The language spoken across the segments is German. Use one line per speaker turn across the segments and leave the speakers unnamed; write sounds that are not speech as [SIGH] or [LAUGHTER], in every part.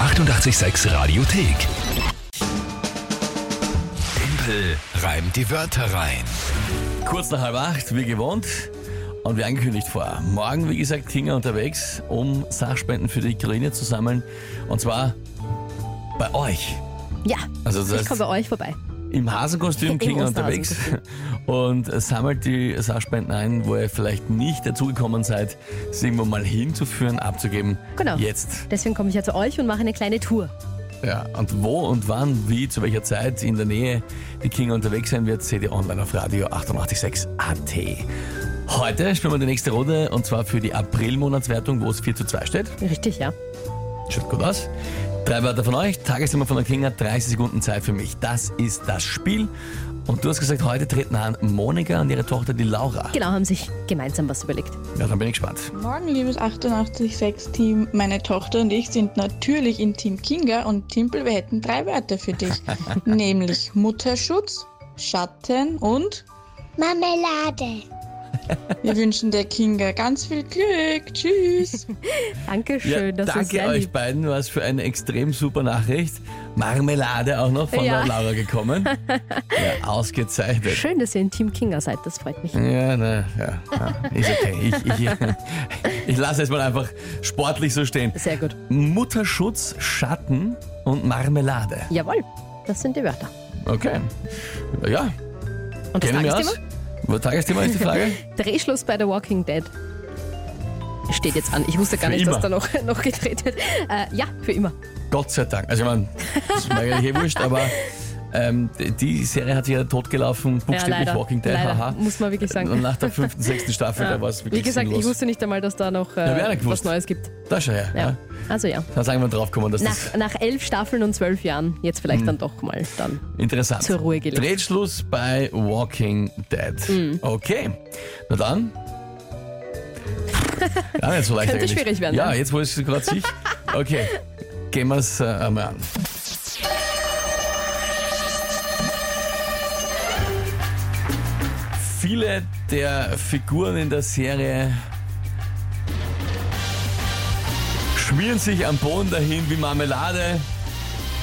886 Radiothek. Tempel reimt die Wörter rein.
Kurz nach halb acht, wie gewohnt. Und wie angekündigt vor, morgen, wie gesagt, Kinger unterwegs, um Sachspenden für die Ukraine zu sammeln. Und zwar bei euch.
Ja,
Also das
ich
heißt-
komme bei euch vorbei.
Im Hasenkostüm
[LAUGHS] Im
Kinger unterwegs [LAUGHS] und sammelt die Sachspenden ein, wo ihr vielleicht nicht dazugekommen seid, sie irgendwo mal hinzuführen, abzugeben.
Genau.
Jetzt.
Deswegen komme ich ja zu euch und mache eine kleine Tour.
Ja. Und wo und wann, wie, zu welcher Zeit in der Nähe die Kinger unterwegs sein wird, seht ihr online auf Radio 886 AT. Heute spielen wir die nächste Runde und zwar für die Aprilmonatswertung, wo es 4 zu 2 steht.
Richtig, ja.
Schaut gut aus. Drei Wörter von euch, Tagesthema von der Klinger, 30 Sekunden Zeit für mich. Das ist das Spiel. Und du hast gesagt, heute treten an Monika und ihre Tochter, die Laura.
Genau, haben sich gemeinsam was überlegt.
Ja, dann bin ich gespannt.
Morgen, liebes 886-Team. Meine Tochter und ich sind natürlich in Team Kinga und Timpel, wir hätten drei Wörter für dich. nämlich Mutterschutz, Schatten und
Marmelade.
wir wünschen der Kinga ganz viel Glück. Tschüss.
Dankeschön, das
danke
ist sehr
euch
lieb.
beiden, was für eine extrem super Nachricht. Marmelade auch noch von
Ja.
der Laura
[LAUGHS]
gekommen. ja, ausgezeichnet.
Schön, dass ihr in Team Kinga seid, das freut mich.
Ja, na, ja, ja, ist okay. Ich, [LAUGHS] ich, ich lasse es mal einfach sportlich so stehen.
Sehr gut.
Mutterschutz, Schatten und Marmelade.
Jawohl, das sind die Wörter.
Okay. Ja,
Und das
kennen wir
Tagesthema?
aus. Was Tagesthema ist die
[LAUGHS]
Frage?
Drehschluss bei The Walking Dead. Steht jetzt an. Ich wusste gar
Für
nicht, dass
immer.
da noch, [LAUGHS] noch gedreht wird. Äh, ja, für immer.
Gott sei Dank. Also ich meine, das war eigentlich eh wurscht, aber ähm, die Serie hat sich ja totgelaufen, buchstäblich
leider.
Walking Dead,
Leider,
haha. Äh,
muss man wirklich sagen.
Und nach der fünften, sechsten
[LAUGHS]
Staffel, da war es wirklich
Wie gesagt,
sinnlos.
ich wusste nicht einmal, dass da noch
wer hat
äh,
gewusst?
was Neues gibt.
Da schau her.
Ja.
Ja.
Also ja.
Da sagen wir draufgekommen, dass
Nach,
das
nach elf Staffeln und zwölf Jahren, jetzt vielleicht
Hm.
dann doch mal dann.
interessant ist.
zur Ruhe gelegt. Mhm.
Drehschluss bei Walking Dead. Okay. Na
[LAUGHS]
dann. Ja, nicht so leicht
Könnte
eigentlich.
schwierig werden, ne?
Ja,
ja.
jetzt wo ich es gerade sich. Okay. Gehen wir es äh, einmal an. Viele der Figuren in der Serie schmieren sich am Boden dahin wie Marmelade.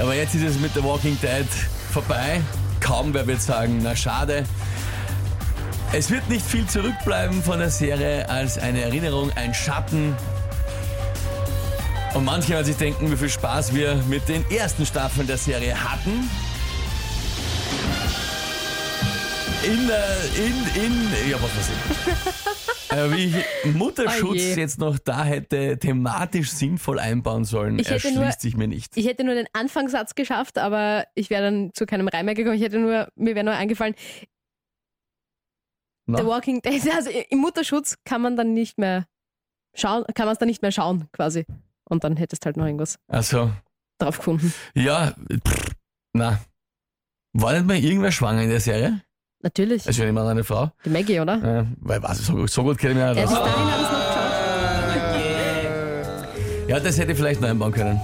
Aber jetzt ist es mit The Walking Dead vorbei. Kaum wer wird sagen, na schade. Es wird nicht viel zurückbleiben von der Serie als eine Erinnerung, ein Schatten. Und manche werden sich denken, wie viel Spaß wir mit den ersten Staffeln der Serie hatten. In der, in, in, ja, was weiß ich. Äh, Wie ich Mutterschutz
Oje.
jetzt noch da hätte thematisch sinnvoll einbauen sollen,
Ich hätte nur-
erschließt sich mir nicht.
Ich hätte nur den Anfangssatz geschafft, aber ich wäre dann zu keinem Reim mehr gekommen. Ich hätte nur, mir wäre nur eingefallen,
Na?
The Walking Dead, [LAUGHS] also im Mutterschutz kann man dann nicht mehr schauen, kann man es dann nicht mehr schauen, quasi. Und dann hättest halt noch irgendwas
Also,
drauf gefunden.
ja, pff, na. War nicht mal irgendwer schwanger in der Serie?
Natürlich.
Also ein Mann, eine Frau?
Die Maggie, oder?
Äh, weil was, so, so gut kenne ich mich
Ja,
nicht
bis
aus.
dahin haben sie noch geschaut.
Ja, das hätte ich vielleicht noch einbauen können.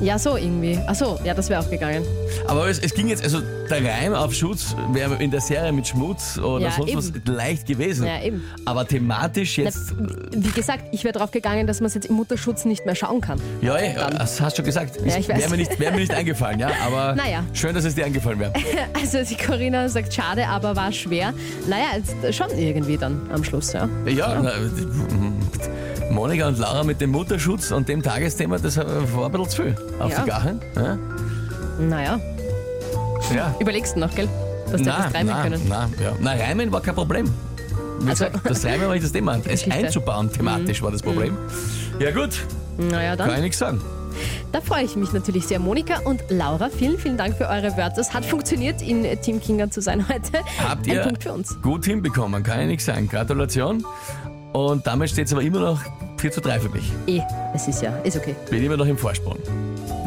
Ja, so irgendwie. Ach so, ja, das wäre auch gegangen.
Aber es, es ging jetzt, also der Reim auf Schutz wäre in der Serie mit Schmutz oder
Ja,
sonst was
eben.
leicht gewesen.
Ja, eben.
Aber thematisch
Na,
jetzt,
wie gesagt, ich wäre drauf gegangen, dass man es jetzt im Mutterschutz nicht mehr schauen kann.
ja, ey, das hast du schon gesagt.
Ja, ich weiß.
Wäre mir, nicht- wär mir nicht eingefallen, ja, aber
Naja.
schön, dass es dir eingefallen wäre.
Also die Corinna sagt, schade, aber war schwer. Naja, jetzt schon irgendwie dann am Schluss, ja. [LAUGHS]
Ja, na, Monika und Laura mit dem Mutterschutz und dem Tagesthema, das war ein bisschen zu viel auf
Ja.
die Gachen. Ja,
Naja,
ja.
überlegst du noch, gell? Dass die das treiben
na,
können.
na, ja. na, Reimen war kein Problem. Wie
Also-
gesagt, das Reimen war nicht das
[LAUGHS]
Thema. Es
Geschichte. Mhm.
einzubauen thematisch war das Problem. Ja gut,
Naja,
kann
dann.
ich nichts sagen.
Da freue ich mich natürlich sehr. Monika und Laura, vielen, vielen Dank für eure Wörter. Es hat funktioniert, in Team Kinga zu sein heute.
Habt
Ein
ihr
Punkt für uns.
gut hinbekommen, kann ich nichts sagen. Gratulation. Und damit steht es aber immer noch 4 zu 3 für mich.
Eh, es ist ja, ist okay.
Bin immer noch im Vorsprung.